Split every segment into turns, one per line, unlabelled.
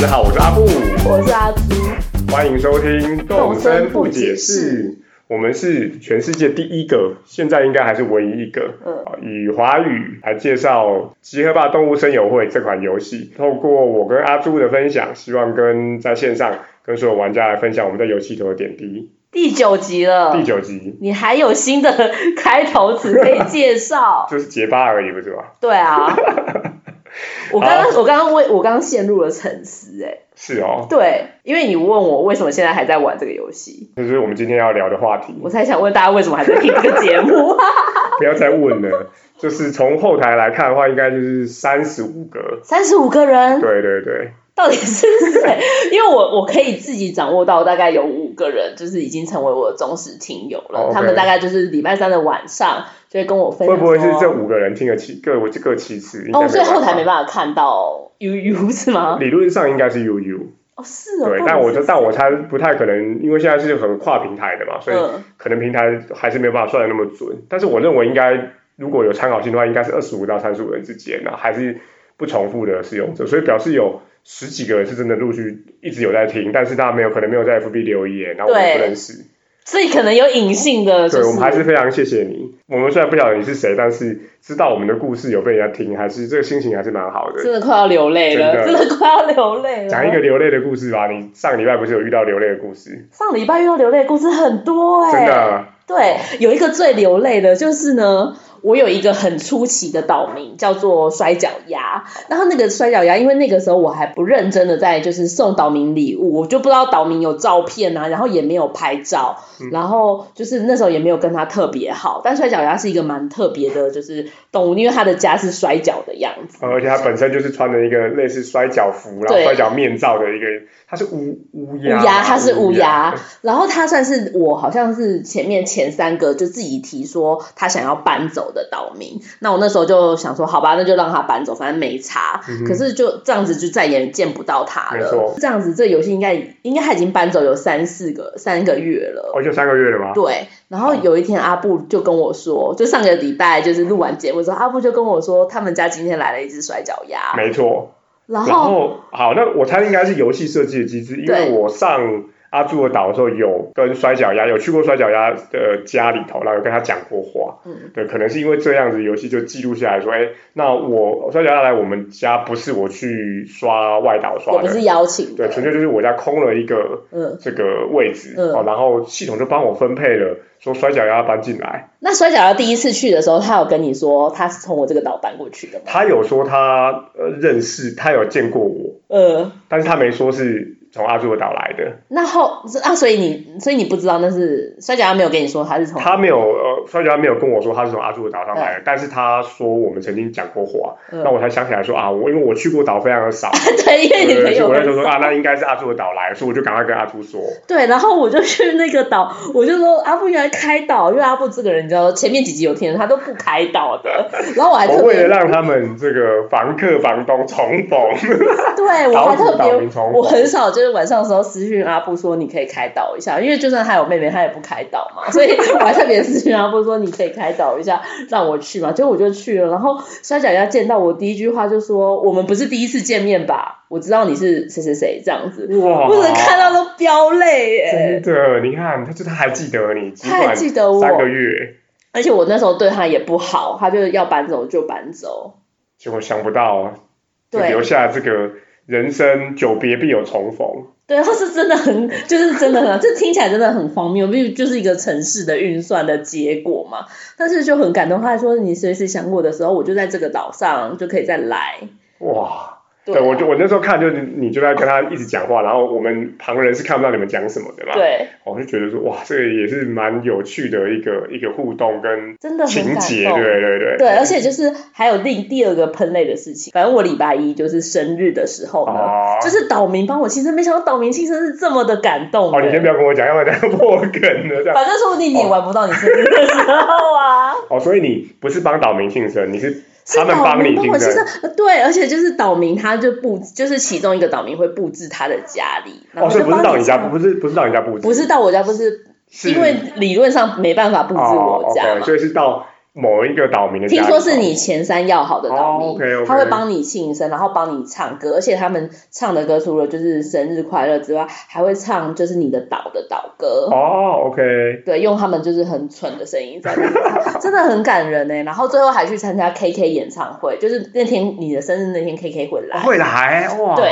家好，我是阿布，
我是阿朱，
欢迎收听《动身不解释》。我们是全世界第一个，现在应该还是唯一一个，
嗯
啊以华语来介绍《集合吧动物声友会》这款游戏。透过我跟阿朱的分享，希望跟在线上跟所有玩家来分享我们在游戏头的点滴。
第九集了，
第九集
你还有新的开头词可以介绍？
就是结巴而已，不是吗？
对啊，我刚刚我刚刚为我刚刚陷入了沉思，哎，
是哦，
对，因为你问我为什么现在还在玩这个游戏，
这就是我们今天要聊的话题。
我才想问大家为什么还在听这个 节目。
不要再问了，就是从后台来看的话，应该就是三十五个。
三十五个人
对对对，
到底是谁？因为我我可以自己掌握到大概有五个人，就是已经成为我的忠实听友了。
哦，OK
他们大概就是礼拜三的晚上就会跟我分享
会
说，
不会是这五个人听了七各我各七次？应该
哦，所以后台没
办
办法看到 U U 是
法。
吗？
理论上应该是 UU，
哦，是哦。
对，
不
但
然
我
是
就但我猜不太可能，因为现在是很跨平台的嘛，所以
嗯，
可能平台还是没有办法算的那么准。但是我认为应该如果有参考性的话，应该是二十五到三十五人之间啊，还是不重复的使用者，所以表示有十几个人是真的陆续一直有在听，但是他没有可能没有在 FB 留言，然后我们不
对
认识。
所以可能有隐性的，就
对，
是
我们还是非常谢谢你。我们虽然不晓得你是谁，但是知道我们的故事有被人家听，还是这个心情还是蛮好的。
真的快要流泪了，
真
真
的
的快要流泪了。
讲一个流泪的故事吧，你上礼拜不是有遇到流泪的故事？
上礼拜遇到流泪的故事很多哎、
真的，啊
对，有一个最流泪的就是呢，我有一个很出奇的岛名叫做摔脚丫，然后那个摔脚丫，因为那个时候我还不认真的在就是送岛民礼物，我就不知道岛民有照片啊，然后也没有拍照，然后就是那时候也没有跟他特别好，但摔脚丫是一个蛮特别的，就是动物，因为它的家是摔脚的样子。
呃而且他本身就是穿了一个类似摔跤服，然后
对
摔跤面罩的一个，他是乌 乌鸦吧，
乌鸦，它是乌鸦
乌，
然后它算是我好像是前面前三个就自己提说他想要搬走的岛民，那我那时候就想说，好吧，那就让他搬走，反正没差。
嗯哼
可是就这样子就再也见不到他
没错
了。这样子这游戏应该应该他已经搬走有三四个三个月了。
哦，就三个月了吗？
对，然后有一天阿布就跟我说，就上个礼拜就是录完节目之后，阿布就跟我说，他们家今天来了一只摔跤鸭，
没错。
然
然
后
后好，那我猜应该是游戏设计的机制，因为
对
我上阿朱的岛的时候有跟摔跤鸭有去过摔跤鸭的家里头，然后有跟他讲过话。
嗯，
对，可能是因为这样子，游戏就记录下来说，哎，那我摔跤鸭来我们家不是我去刷外岛
也
刷
不
的，
是邀请
对，
的，
纯粹就是我家空了一个
嗯。
这个位置、
嗯
哦，然后系统就帮我分配了，说摔跤鸭搬进来。
那摔跤的第一次去的时候，他有跟你说他是从我这个岛搬过去的吗？
他有说他呃认识，他有见过我，
呃，
但是他没说是从阿朱的岛来的，
那后啊，所以你所以你不知道那是摔跤没有跟你说他是从
他没有呃摔跤鸭没有跟我说他是从阿朱的岛上来的，但是他说我们曾经讲过话，
嗯
那我才想起来说啊，我因为我去过岛非常的少。
对，因为 你
对
朋
所以
友
我那
很
时候说
少
啊，那应该是阿朱的岛来，所以我就赶快跟阿朱说，
对，然后我就去那个岛，我就说阿布原来开岛，因为阿布这个人，你知道前面几集有听，他都不开岛的，然后我还特
哦我为
别
了让他们这个房客房东重逢，
对我
岛
还特
主岛
别
民重
我
逢，
很少就是晚上的时候私讯阿布说你可以开导一下，因为就算他有妹妹，他也不开导 嘛，所以我还特别私讯阿布说你可以开导一下，让我去嘛。结果我就去了，然后摔跤要见到我第一句话就说我们不是第一次见面吧？我知道你是谁谁谁这样子，
哇，
我能看到都飙泪耶
真。的，你看，他就他还记得你，尽
他还
管
记得我，
三个月，
而且我那时候对他也不好，他就要搬走就搬走。
结果想不到，就
对
留下这个人生久别必有重逢。
对，他是真的很，就是真的很，这听起来真的很荒谬，因为就是一个城市的运算的结果嘛。但是就很感动，他还说你随时想我的时候，我就在这个岛上，就可以再来。
哇，
对
我就我那时候看，就是你就在跟他一直讲话，然后我们旁人是看不到你们讲什么的嘛。，
啊对，
我就觉得说，哇，这个也是蛮有趣的一个一个互动跟
真的很
情
感
节，
动。
对对对。
对，而且就是还有另第二个喷泪的事情，反正我礼拜一就是生日的时候呢，
哦
就是岛民帮我庆生，没想到岛民庆生是这么的感动的。
哦，你先不要哦跟我讲，要不然等下破梗了这样。
反正说不定你也玩不到你生日的时候啊。
哦，所以你不是帮岛民庆生，你是
是
他们
岛
帮
民
你
帮
庆
我庆
生
生，。呃对，而且就是岛民他就布，就是其中一个岛民会布置他的家里，然
哦，
后
所以
就
不是到
帮
你
你
家，
布，
不是不是到你家布置，
不是到我家，不是
是
因为理论上没办法布置我家
哦 o
嘛
k，所以是到某一个岛民的家里
听
头。
说是你前三要好的岛民，
哦，OK，OK
他会帮你庆生，然后帮你唱歌，而且他们唱的歌除了就是生日快乐之外，还会唱就是你的岛的岛歌。
哦，OK，
对，用他们就是很蠢的声音在那里唱， 真的很感人呢、欸然后最后还去参加 KK 演唱会，就是那天你的生日那天 KK 会来，
会来哇，
对，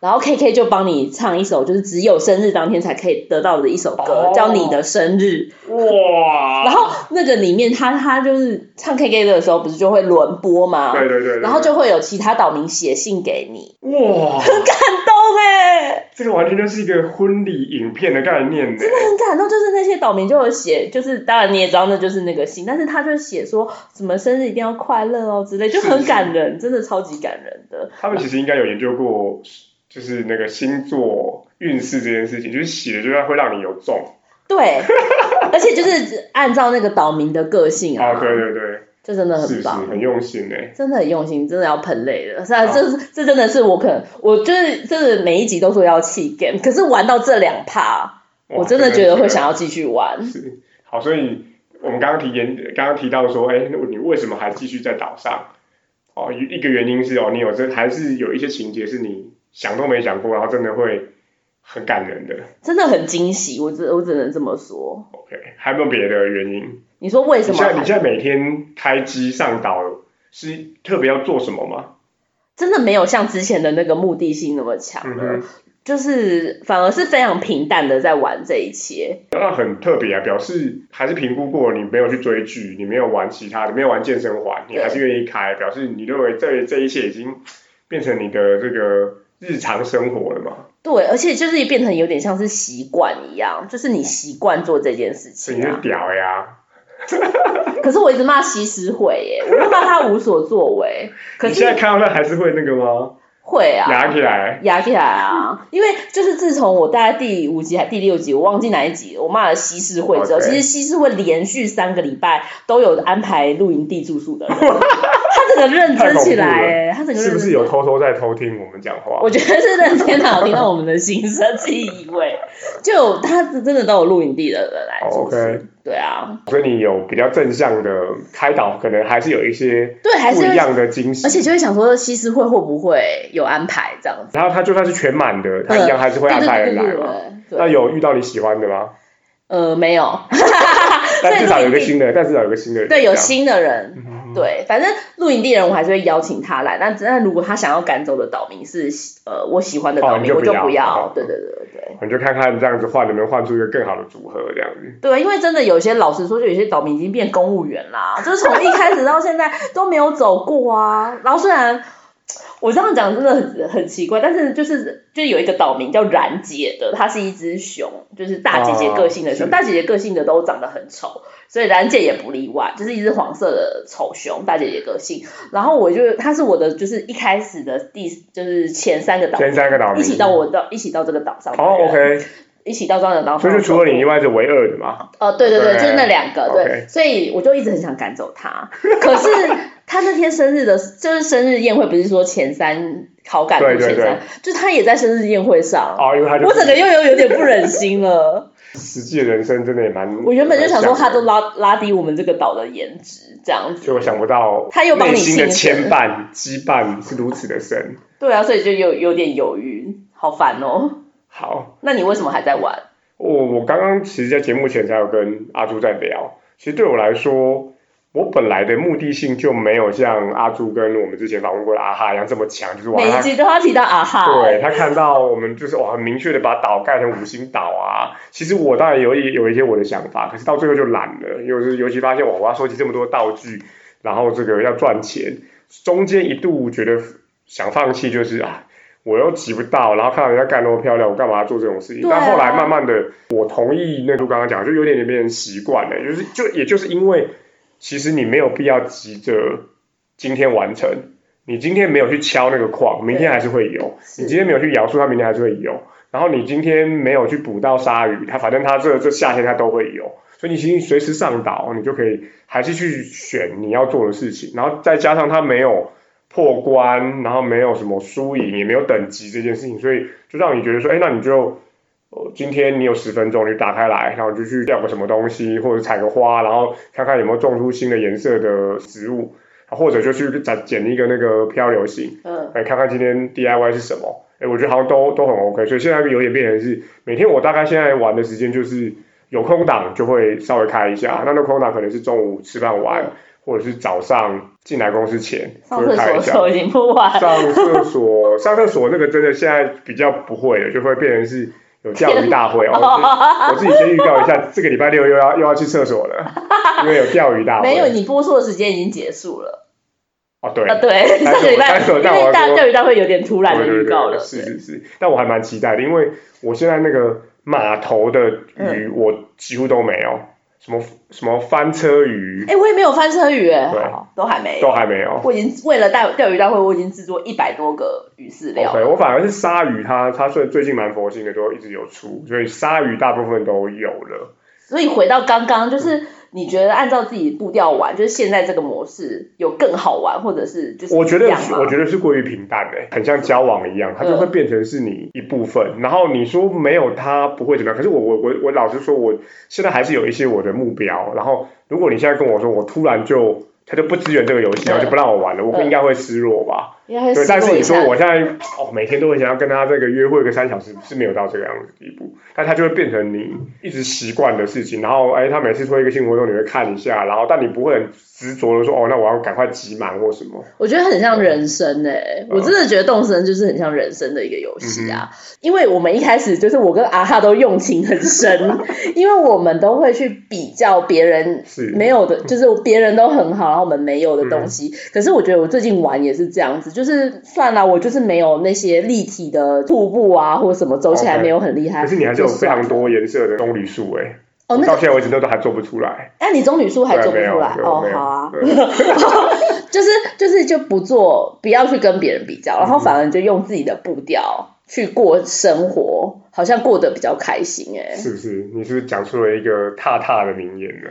然后 KK 就帮你唱一首，就是只有生日当天才可以得到的一首歌，
哦啊
叫《你的生日》。
哇，
然后那个里面他他就是唱 KK 的时候，不是就会轮播嘛？
对对对对，
然后就会有其他岛民写信给你，
哇，
感动哎、
这个完全就是一个婚礼影片的概念呢。
很感动。就是那些岛民就有写，就是当然你也知道那就是那个信，但是他就写说什么生日一定要快乐哦之类，就很感人，真的超级感人的。
他们其实应该有研究过，就是那个星座运势这件事情，就是写的就是会让你有中。
对， 而且就是按照那个岛民的个性啊，
啊，对对对，
就真的
是
很
是
棒。
很用心呢。
真的很用心，真的要喷泪了。是啊，
好
这是这真的是我可能，我就是真的每一集都说要弃 game，可是玩到这两趴，
哇
我真的觉得会想
要。
要继续玩。
是好，所以我们刚刚提研，刚刚提到说，哎，那你为什么还继续在岛上？哦，一一个原因是哦，你有这还是有一些情节是你想都没想过，然后真的会很感人的。
真的很惊喜，我只我只能这么说。
OK，还有没有别的原因？
你说为
你
什
现在你
么？
现在每天开机上岛是特别要做什么吗？
真的没有像之前的那个目的性那么强
嗯
了，
哼，
就是反而是非常平淡的在玩这一切。
那很特别啊，表示还是评估过，你没有去追剧，你没有玩其他的，没有玩健身环，你还是愿意开，表示你认为这这一切已经变成你的这个日常生活了嘛？
对，而且就是变成有点像是习惯一样，就是你习惯做这件事
所以
情
你
啊
是。屌呀！
可是我一直骂西施惠耶，我就骂她无所作为。可
你现在
是
看到那还是会那个吗？
会啊，
拿起来，
压起来啊！因为就是自从我大概第五集还第六集，我忘记哪一集，我骂了西施会之后
OK
其实西施会连续三个礼拜都有安排露营地住宿的 人，他整个认真起来、欸，他整个认真
是不是有？偷偷在偷听我们讲话？
我觉得是任天堂有听到我们的心声，自己以为就他真的都有露营地的人来住宿
哦 OK
对啊，
所以你有比较正向的开导，可能还是有一些
对，还是
不一
会，
样的惊喜。
而且就会想说西施会会不会有安排这样子？
然后他就算是全满的，他一样还是会
对
安
对
排
对
人来
对
嘛。
对对，
那有遇到你喜欢的吗？
呃没有，
但至少有一个
所以
新的，但至少有一个新的人。
对
这
有
样。
新的人。
嗯
对，反正露营地人我还是会邀请他来，但但如果他想要赶走的岛民是呃我喜欢的岛
哦你
民，
就
我
不
就
要
不
好
要。对对对对
我们就看看这样子换能不能换出一个更好的组合，这样子。
对，因为真的有些老实说，就有些岛民已经变公务员啦， 就是从一开始到现在都没有走过啊。然后虽然我这样讲真的很很奇怪，但是就是就有一个岛民叫冉姐的，她是一只熊，就是大姐姐个性的熊，
哦是
大姐姐个性的都长得很丑，所以冉姐也不例外，就是一只黄色的丑熊，大姐姐个性。然后我就她是我的就是一开始的第就是前三个岛民
前三个岛民
一起到我到一起到这个岛上的人，
哦，OK，
一起到这个岛上的
所
人，
以就除了你以外是唯二的嘛。
呃，对对对，
对
就是那两个，对
OK
所以我就一直很想赶走他。可是他那天生日的，就是生日宴会，不是说前三好感度
对
前
对
三，就他也在生日宴会上，
哦，因为他就
我整个又有有点不忍心 了。
实际的人生真的也蛮。
我原本就想说，他都
蛮像
拉拉低我们这个岛的颜值这样
的，
子，
结果想不到
他又帮
内
你
心的
庆
牵
生
绊、羁绊是如此的深。
对啊，所以就有有点犹豫，好烦哦。
好，
那你为什么还在玩？
我我刚刚其实，在节目前才有跟阿朱在聊。其实对我来说，我本来的目的性就没有像阿朱跟我们之前访问过的阿哈一样这么强，就是哇，
每一
他
集都要提到啊哈，
对他看到我们就是哇，很明确的把岛盖成五星岛啊。其实我当然有一有一些我的想法，可是到最后就懒了，尤是尤其发现哇，我要收集这么多道具，然后这个要赚钱，中间一度觉得想放弃，就是啊。我又集不到，然后看到人家盖那么漂亮，我干嘛要做这种事情？
对啊
但后来慢慢的，我同意那就刚刚讲，就有点点变成习惯了，就是就也就是因为，其实你没有必要急着今天完成，你今天没有去敲那个矿，明天还是会有。你今
是
天没有去摇树，它明天还是会有。然后你今天没有去捕到鲨鱼，它反正它这这夏天它都会有。所以你其实随时上岛，你就可以还是去选你要做的事情。然后再加上它没有破关，然后没有什么输赢，也没有等级这件事情，所以就让你觉得说，哎，那你就呃，今天你有十分钟，你打开来，然后就去钓个什么东西，或者采个花，然后看看有没有种出新的颜色的植物，或者就去捡捡一个那个漂流瓶，
嗯，
来看看今天 DIY 是什么。哎，我觉得好像都都很 OK，所以现在有点变成是每天我大概现在玩的时间就是有空档就会稍微开一下，那那空档可能是中午吃饭完，或者是早上进来公司前就
上
会
厕
开
所
一
的
下
时。候已经不晚，
上厕所，上厕所那个真的现在比较不会了，就会变成是有钓鱼大 会哦。我自己先预告一下，这个礼拜六又要又要去厕所了，因为有钓鱼大会。
没有，你播出的时间已经结束了
哦，对，
啊。对，
但是我
上个礼拜
但是我但我
因为大
说
钓鱼大会有点突然的
对对
预
对
告了，
是
对
是是，但我还蛮期待的，因为我现在那个码头的
嗯
鱼我几乎都没有，什么什么翻车鱼
哎，我也没有翻车鱼，哎
对，
好都还没
都。还没有。
我已经为了大钓鱼大会，我已经制作一百多个鱼饲料。
OK，我反而是鲨鱼它，它最最近蛮佛性的，都一直有出，所以鲨鱼大部分都有了。
所以回到刚刚，就是你觉得按照自己步调玩，就是现在这个模式有更好玩，或者是就是
我觉得
一样吗嗯
我觉得是过于平淡的、很像交往一样，它就会变成是你一部分。然后你说没有它不会怎么样，可是我我我我老实说，我现在还是有一些我的目标。然后如果你现在跟我说，我突然就他就不支援这个游戏，
嗯
然后就不让我玩了，我
嗯
应该会失落吧？
应该会
对，
试
但是
过一
你说
下
我现在哦，每天都会想要跟他这个约会个三小时，是没有到这个样子的地步，但他就会变成你一直习惯的事情。然后哎，他每次推一个新活动，你会看一下，然后但你不会很执着的说哦，那我要赶快挤满或什么。
我觉得很像人生哎、
嗯
我真的觉得动森就是很像人生的一个游戏啊，因为我们一开始就是我跟阿哈都用情很 深，因为我们都会去比较别人
是
没有
嗯
的，就是别人都很好，然后我们没有的东西。可是我觉得我最近玩也是这样子，就是算了，我就是没有那些立体的瀑布啊或什么，走起来
OK
没有很厉害。
可是你还是有
就
非
算
常多颜色的棕榈树哎、我
哦，那
到
个
现在为止都都还做不出来，
那、你棕榈树还
对
做不
没有
出来
对
哦
没，有
好啊。
对
就是就是就不做，不要去跟别人比较，
嗯
然后反而就用自己的步调去过生活，好像过得比较开心哎、
是不是？你是不是讲出了一个踏踏的名言 呢？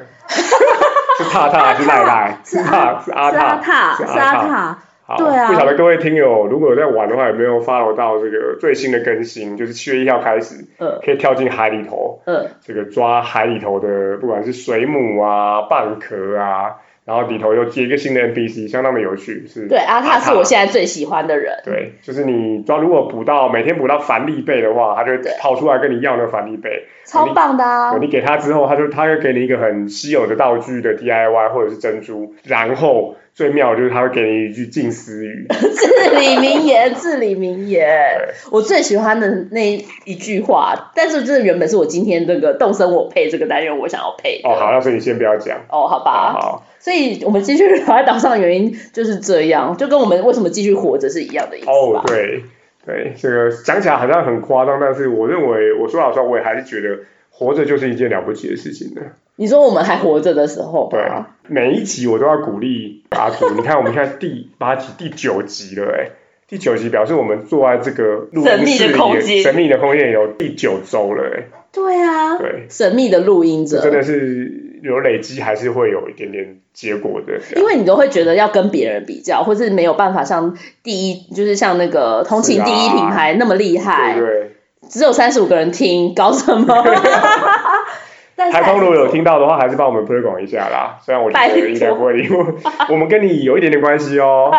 是踏踏还是赖赖？
是啊
踏是阿
是阿
踏。
塔，
是
是
阿塔
阿塔，
好
对啊
不晓得各位听友如果有在玩的话，有没有 follow 到这个最新的更新？就是七月一号开始，
嗯
可以跳进海里头，
嗯，
这个抓海里头的，不管是水母啊、蚌壳啊，然后里头又接一个新的 NPC，相当的有趣。是
对，阿
塔
塔是我现在最喜欢的人，
对，就是你抓，如果捕到每天捕到帆立贝的话，它就会
对
跑出来跟你要那个帆立贝。
超棒的啊
对！你给它之后，它就它会给你一个很稀有的道具的 DIY 或者是珍珠，然后最妙的就是它会给你一句近思 语。
至理名言，至理名言
对，
我最喜欢的那一句话，但是这原本是我今天这个动身我配这个单元我想要配的
哦，好，那所以你先不要讲。
哦，好吧，
好好
所以我们继续留在岛上的原因就是这样，就跟我们为什么继续活着是一样的意思吧。
哦，对对，这个讲起来好像很夸张，但是我认为，我说老实话，我也还是觉得活着就是一件了不起的事情的。
你说我们还活着的时候啊
对
吧，，
每一集我都要鼓励阿 祖。你看，我们现在第八集、第九集了，哎，第九集表示我们坐在这个录
神
音
秘
室
的
里
空间
神秘的空间有第九周了，哎，
对啊，
对，
神秘的录音
真
者，啊
的是有累积，还是会有一点点结果的。这
因
样
为你都会觉得要跟别人比较，或是没有办法像第一，就是像那个通
啊
勤第一品牌那么厉害，
对不对？
只有三十五个人听，搞什 么？但是
台风如果有
还是
听到的话，还是帮我们推广一下啦。虽然我觉
拜托
得应该不会，因 为我们跟你有一点点关系哦。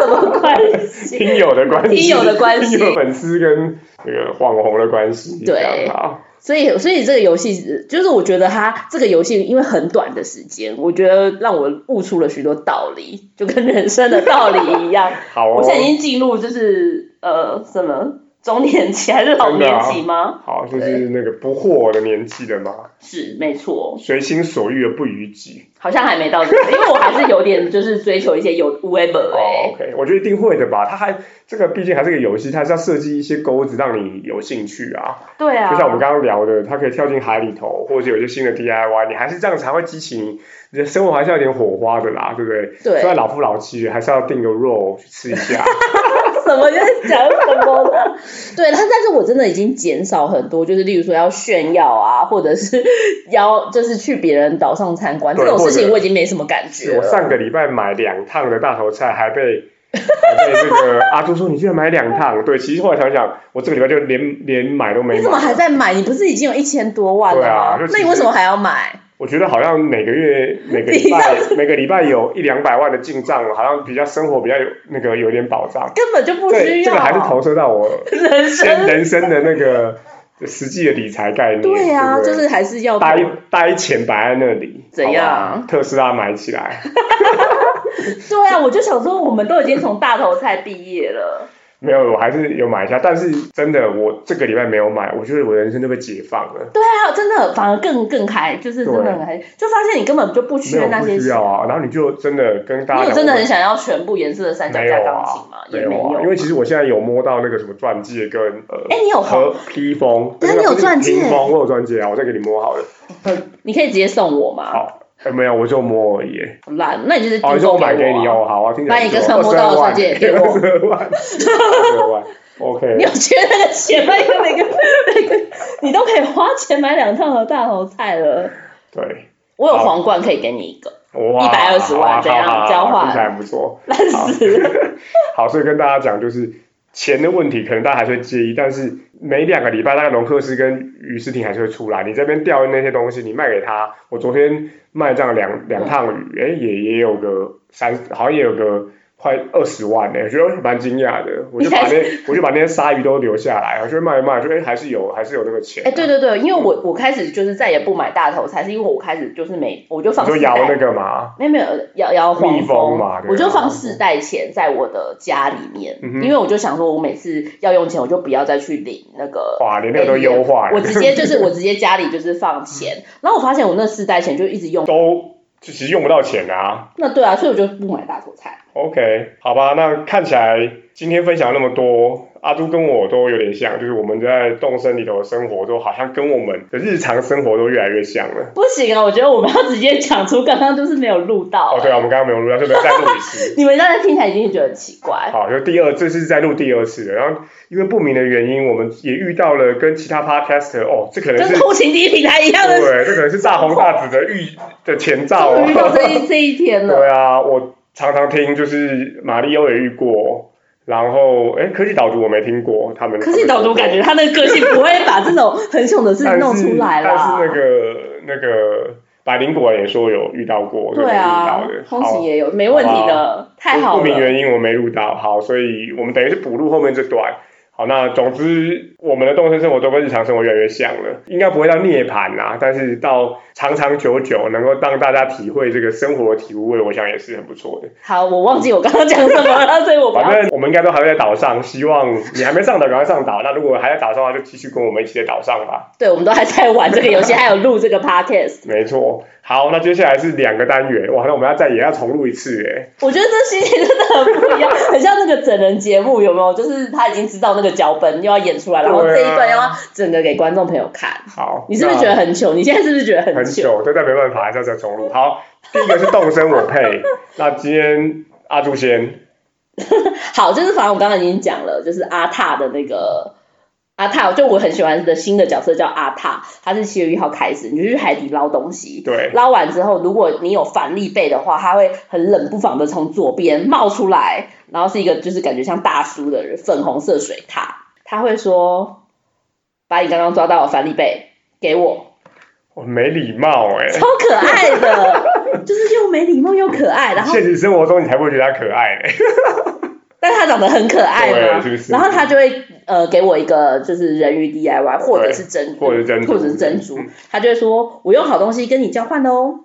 什么关 系？
听友的关系，
听友的关系
听友粉丝跟这个网红的关系，
对
这样好，
所以，所以这个游戏就是我觉得它这个游戏因为很短的时间，我觉得让我悟出了许多道理，就跟人生的道理一样。
好 哦，
我现在已经进入就是呃什么中年期还是老年期 吗？
好，就是那个不惑的年纪了嘛，
是，没错，
随心所欲而不逾矩。
好像还没到这个，因为我还是有点就是追求一些有 web
哦
哎、
，OK，我觉得一定会的吧。它还这个毕竟还是个游戏，它是要设计一些钩子让你有兴趣啊。
对啊，
就像我们刚刚聊的，它可以跳进海里头，或者是有一些新的 DIY，你还是这样才会激起你你的生活还是要有点火花的啦，对不对？
对
虽然老夫老妻了，还是要订个肉去吃一 下。
什么就是讲什么的， 对，但但是我真的已经减少很多，就是例如说要炫耀啊，或者是要就是去别人岛上参观这
对
种事
或
情，
者
我已经没什么感觉
我
了。
上个礼拜买两趟的大头菜，还被我被这个阿朱说你居然买两趟，对，其实后来想想，我这个礼拜就连连买都没买。
你怎么还在买？你不是已经有一千多万了
对啊
吗？
就其实
那你为什么还要买？
我觉得好像每个月 每个礼拜每个礼拜有一两百万的进账，好像比较生活比较有那个有点保障。
根本就不需
对，
要。啊
这个还是投射到我
人
先
生。
人生的那个实际的理财概念。
对呀、
不
就是还是要投
呆呆钱摆在那里，
怎
好吧
样
特斯拉买起来？
对啊，我就想说，我们都已经从大头菜毕业了，
没有，我还是有买一下，但是真的我这个礼拜没有买，我觉得我人生就被解放了，
对啊，真的反而更更开，就是真的很开，就发现你根本就不
没
缺
有
那
不
些
需
钱。
要啊。然后你就真的跟大
你
家
有
讲
真的
我
很想要全部颜色的三角
没
架
有
钢
啊
琴吗？，
没
也没
有啊，因为其实我现在有摸到那个什么钻戒跟呃，
哎你有
和披风，
等下
对
你有
不是
钻戒
披风我有钻戒啊，我再给你摸好了。
你可以直接送我吗？
好，哎没有，我就摸而已。
好烂，那你就是
哦，
订
你说
购
我买给
我
你
啊
哦，好啊，听起来
把你
不错
一个穿摸到的钻戒 给我
22万，二十万，OK。
你有缺那个钱吗？因为每个 每个你都可以花钱买两趟的大头菜了。
对，
我有
好
皇冠可以给你一个，
哇，
120万
好啊
怎样
好啊好啊
交换
听起来不错。
烂死了。
好， 所以跟大家讲就是。钱的问题可能大家还是会介意，但是每两个礼拜，大概龙克斯跟于诗婷还是会出来。你这边钓那些东西，你卖给他，我昨天卖这样两两趟鱼，哎、也也有个三，好像也有个快二十万呢、我觉得蛮惊讶的。我就把那我就把那些鲨鱼都留下来，我就卖一卖，就哎、还是有还是有那个钱、啊
哎、对对对，因为我我开始就是再也不买大头菜，是因为我开始就是每我就
你
放
就
四
摇那
袋，
个嘛，
没有没有摇摇
蜜
黄
蜂嘛对
我就
摇
放
黄
四袋钱在我的家里面，
嗯哼
因为我就想说，我每次要用钱，我就不要再去领那个
哇，连那个都优化了，
我直接 就是我直接家里就是放钱，然后我发现我那四袋钱就一直用，
都就其实用不到钱啊。
那对啊，所以我就不买大头菜。
OK，好吧，那看起来今天分享那么多，阿朱跟我都有点像，就是我们在动森里头的生活都好像跟我们的日常生活都越来越像了。
不行啊，我觉得我们要直接讲出刚刚就是没有录到、
哦，对啊，我们刚刚没有录到，就没有再录一 次。
你们刚才听起来一定觉得很奇怪。
好，就第二，这是在录第二次了。然后因为不明的原因，我们也遇到了跟其他 podcaster，哦，这可能
跟
是
通勤第一平台一样的事，
对，这可能是大红大紫的预的前兆
终于遇到这
哦。
一这一天了。
对啊，我常常听，就是马里欧也遇过，然后哎，科技岛主我没听过，他们
可是导主感
觉。
觉他的个性不会把这种很凶的事情
但
弄
是
出 来
但
啦。
是那个那个百灵果也说有遇到过，
对
就没
啊
遇到的，
通勤
好
也有，没问题的，太好
不明
了。
原因我没录到，好，所以我们等于是补录后面这段。好，那总之我们的动身生活都跟日常生活越来越像了，应该不会到涅槃啦，但是到长长久久能够让大家体会这个生活的体味，我想也是很不错的。
好，我忘记我刚刚讲什么了，所以我不
反
要。
正我们应该都还会在岛上，希望你还没上岛，赶快上岛。那如果还在岛上的话，就继续跟我们一起在岛上吧。
对，我们都还在玩这个游戏，还有录这个 podcast。
没错，好，那接下来是两个单元，哇，那我们要再也要重录一次哎，
我觉得这心情真的很不一样，很像那个整人节目，有没有？就是他已经知道那个脚本又要演出来，然后
对啊
这一段又要整个给观众朋友看。
好，
你是不是觉得很糗？你现在是不是觉得
那
很
很
糗？
糗？对，但没办法，还是要再重录。好，第一个是动身我配，那今天阿朱先，
好，就是反正我刚刚已经讲了，就是阿塔的那个阿塔，就我很喜欢的新的角色叫阿塔，他是七月一号开始，你就去海底捞东西。
对，
捞完之后，如果你有反力背的话，他会很冷不防的从左边冒出来，然后是一个就是感觉像大叔的人，粉红色水獭，他会说：“把你刚刚抓到的反力背给我。
我没礼貌”哎，
超可爱的，就是又没礼貌又可爱， 然后
现实生活中你才不会觉得他可爱嘞，
但他长得很可爱嘛，
对是不是
然后他就会呃给我一个就是人鱼 DIY 或者是珍珠，
或者是珍珠
或者是珍珠
嗯，
他就会说我用好东西跟你交换的哦。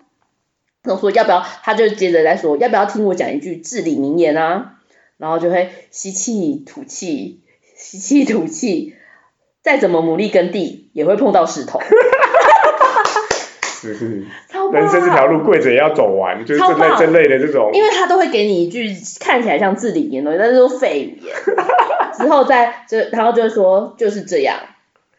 那我说要不要？他就接着再说要不要听我讲一句至理名言啊？然后就会吸气吐气，吸气吐气，再怎么努力耕地也会碰到 石头，
是不是？
超棒！啊
人生这条路跪着也要走完，就是
超
这类
棒
这类的这种，
因为他都会给你一句看起来像至理名言的东西，但是都是废语 言。之后再就，然后就会说就是这样，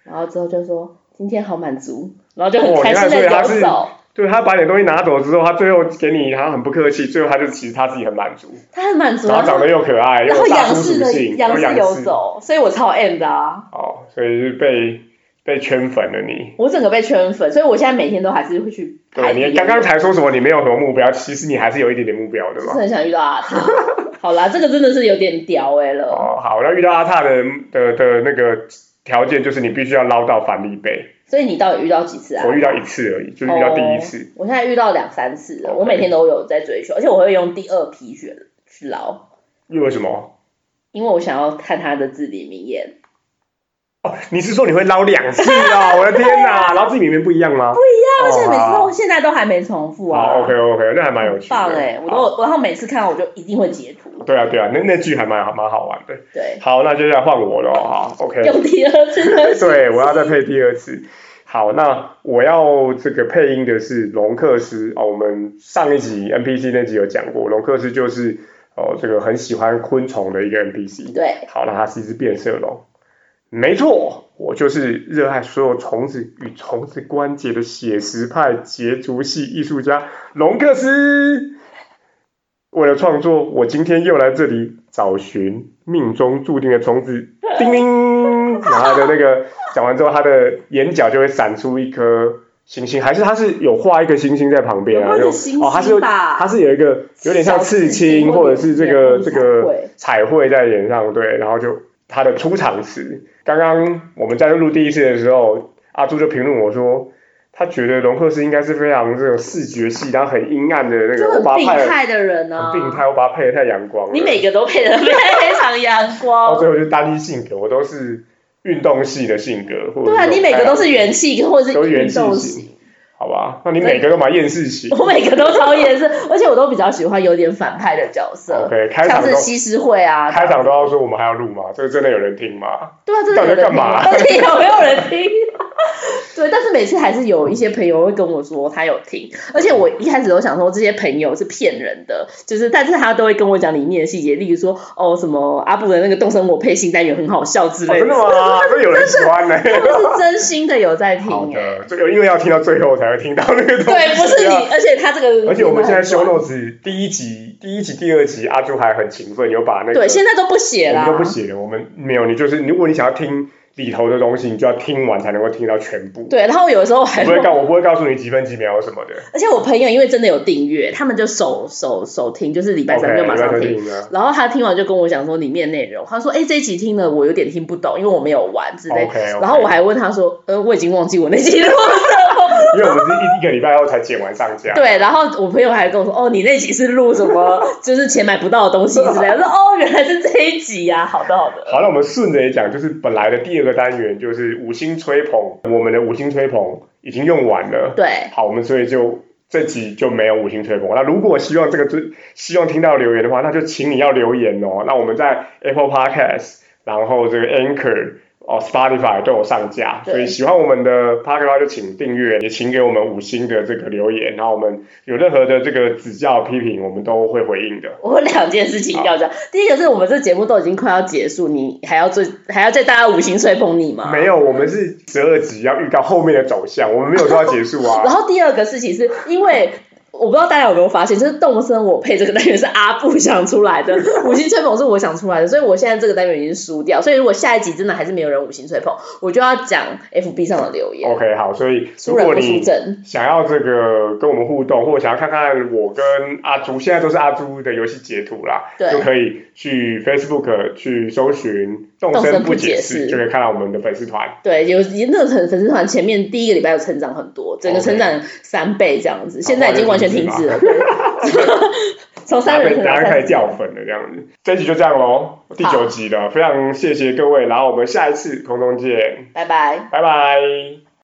然后之后就说今天好满足，然后就 很
哦
开心
你看所以
的
他
游
是
走。
对他把你的东西拿走之后，他最后给你，他很不客气，最后他就其实他自己很满足，
他很满足，
然后长得又可爱，又
然后
有大
仰
叔
视
属
的
性，
仰
又
视游走，所以我超 M 的啊，
哦，所以是被被圈粉了你。
我整个被圈粉，所以我现在每天都还是会去
对
拍别人。
你刚刚才说什么你没有什么目标，其实你还是有一点点目标的
就是
嘛。
很想遇到阿塔，好啦，这个真的是有点屌哎、了。
哦，好，那遇到阿塔的的的那个条件就是你必须要捞到反力杯，
所以你到底遇到几次啊？
我遇到一次而已，就遇到第一次。
哦我现在遇到两三次了，
OK
我每天都有在追求，而且我会用第二批去去捞，
因为什么？
因为我想要看他的至理名言。
哦，你是说你会捞两次 啊？我的天哪，捞自己明明不一样吗？不
对啊，而且每次
哦好
都现在都还没重复啊。
好 OK OK，那还蛮有
很
趣的。
棒哎、我都
好
有然后每次看到我就一定会截图，
对啊对啊，那那剧还蛮好蛮好玩的。
对，
好，那就要换我了哈。OK，
用第二次的时候
对，我要再配第二次。好，那我要这个配音的是龙克斯哦。我们上一集 NPC 那集有讲过，龙克斯就是哦这个很喜欢昆虫的一个 NPC。
对，
好，那它是一只变色龙。没错，我就是热爱所有虫子与虫子关节的写实派捷足系艺术家龙克斯。为了创作，我今天又来这里找寻命中注定的虫子。叮铃，然后他的那个讲完之后，他的眼角就会闪出一颗星星，还是他是有画一个星星在旁边啊？
有画一个
那种
星星
哦，他是有
吧
他是有一个有点像刺青
小刺青
或者是这个
或者
这
是
个彩绘在脸上，对，然后就他的出场词。刚刚我们在录第一次的时候，阿朱就评论我说。他觉得龙克斯应该是非常这种视觉系，然后很阴暗的那
就
个，我
很
把它
病
拍得
态的人呢、啊，
很病态，我把它配的哦太阳光了。
你每个都配的非常阳
到
光，
最后就是单一性格，我都是运动系的性格，或者
对啊，
这种
你每个都
太
是元气或者
都
是
是元
运
气
动
型
型，
好吧？那你每个都蛮厌世型。
我每个都超厌世，而且我都比较喜欢有点反派的角色，
OK，开
像
场
是
都
西施惠啊，
开场都要说我们还要录吗？这个真的有人听吗？
对啊，真的有人
到底在干嘛
听到底有没有人听？ 对，但是每次还是有一些朋友会跟我说他有听，而且我一开始都想说这些朋友是骗人的，就是但是他都会跟我讲里面的细节，例如说哦什么阿布的那个动身我配新单元很好笑之
哦
类
真
的，
的吗？这有人喜欢呢、
他们是真心的有在听、
好
哎，
的，这个因为要听到最后才会听到那个东西、
对，不是你，。而且他这个，
而且我们现在修 notes 第一集、第一集、第二集，阿朱还很勤奋，有把那个
对，现在都不写
我
啦，
们都不写了，我们没有，你就是如果你想要听里头的东西，你就要听完才能够听到全部。
对，然后有时候
我
还
不会告我不会告诉你几分几秒什么的。
而且我朋友因为真的有订阅，他们就手手手听，就是礼拜
OK，
三就马
礼拜
上
三
听。
听了。
然后他听完就跟我讲说里面内容，他说：“哎、这一集听了我有点听不懂，因为我没有玩之类。”
OK，OK
然后我还问他说：“呃，我已经忘记我那集录什么。
因为我们是一一个礼拜后才剪完上” 架。
对，然后我朋友还跟我说：“哦，你那集是录什么？就是钱买不到的东西之类的。”我说：“哦，原来是这一集呀、好的，好 的。
好，那我们顺着也讲，就是本来的第二个单元就是五星吹捧，我们的五星吹捧已经用完了。
对，
好，我们所以就这集就没有五星吹捧。那如果希望这个最希望听到留言的话，那就请你要留言哦。那我们在 Apple Podcast，然后这个 Anchor。哦，Spotify 都有上架，
对
所以喜欢我们的 p o d c a s t 就请订阅，也请给我们五星的这个留言，然后我们有任何的这个指教批评，我们都会回应的。
我有两件事情要讲。第一个是我们这节目都已经快要结束，你还要最还要再大家五星吹捧你吗？
没有，我们是十二集要预告后面的走向，我们没有说要结束
然
啊。
后第二个事情是因为。我不知道大家有没有发现，就是动森我配这个单元是阿布想出来的，五星吹捧是我想出来的，所以我现在这个单元已经输掉，所以如果下一集真的还是没有人五星吹捧，我就要讲 FB 上的留言，
OK，好，所以哦如
输人
果
不输
你
阵，
想要这个跟我们互动，或者想要看看我跟阿朱现在都是阿朱的游戏截图啦，
对
就可以去 Facebook 去搜寻“动
动
身
身
不
不
解
解
释”，
释
就可以看到我们的粉丝团。
对，有那个粉粉丝团前面第一个礼拜有成长很多，整个
OK
成长三倍这样子，现在已经完全停止了，对 从
大家
三
可
人
以
成
大
长
家开
三
始掉粉了这样子，这一集就这样喽，第九集了，非常谢谢各位，然后我们下一次空中见，
拜拜。
拜拜。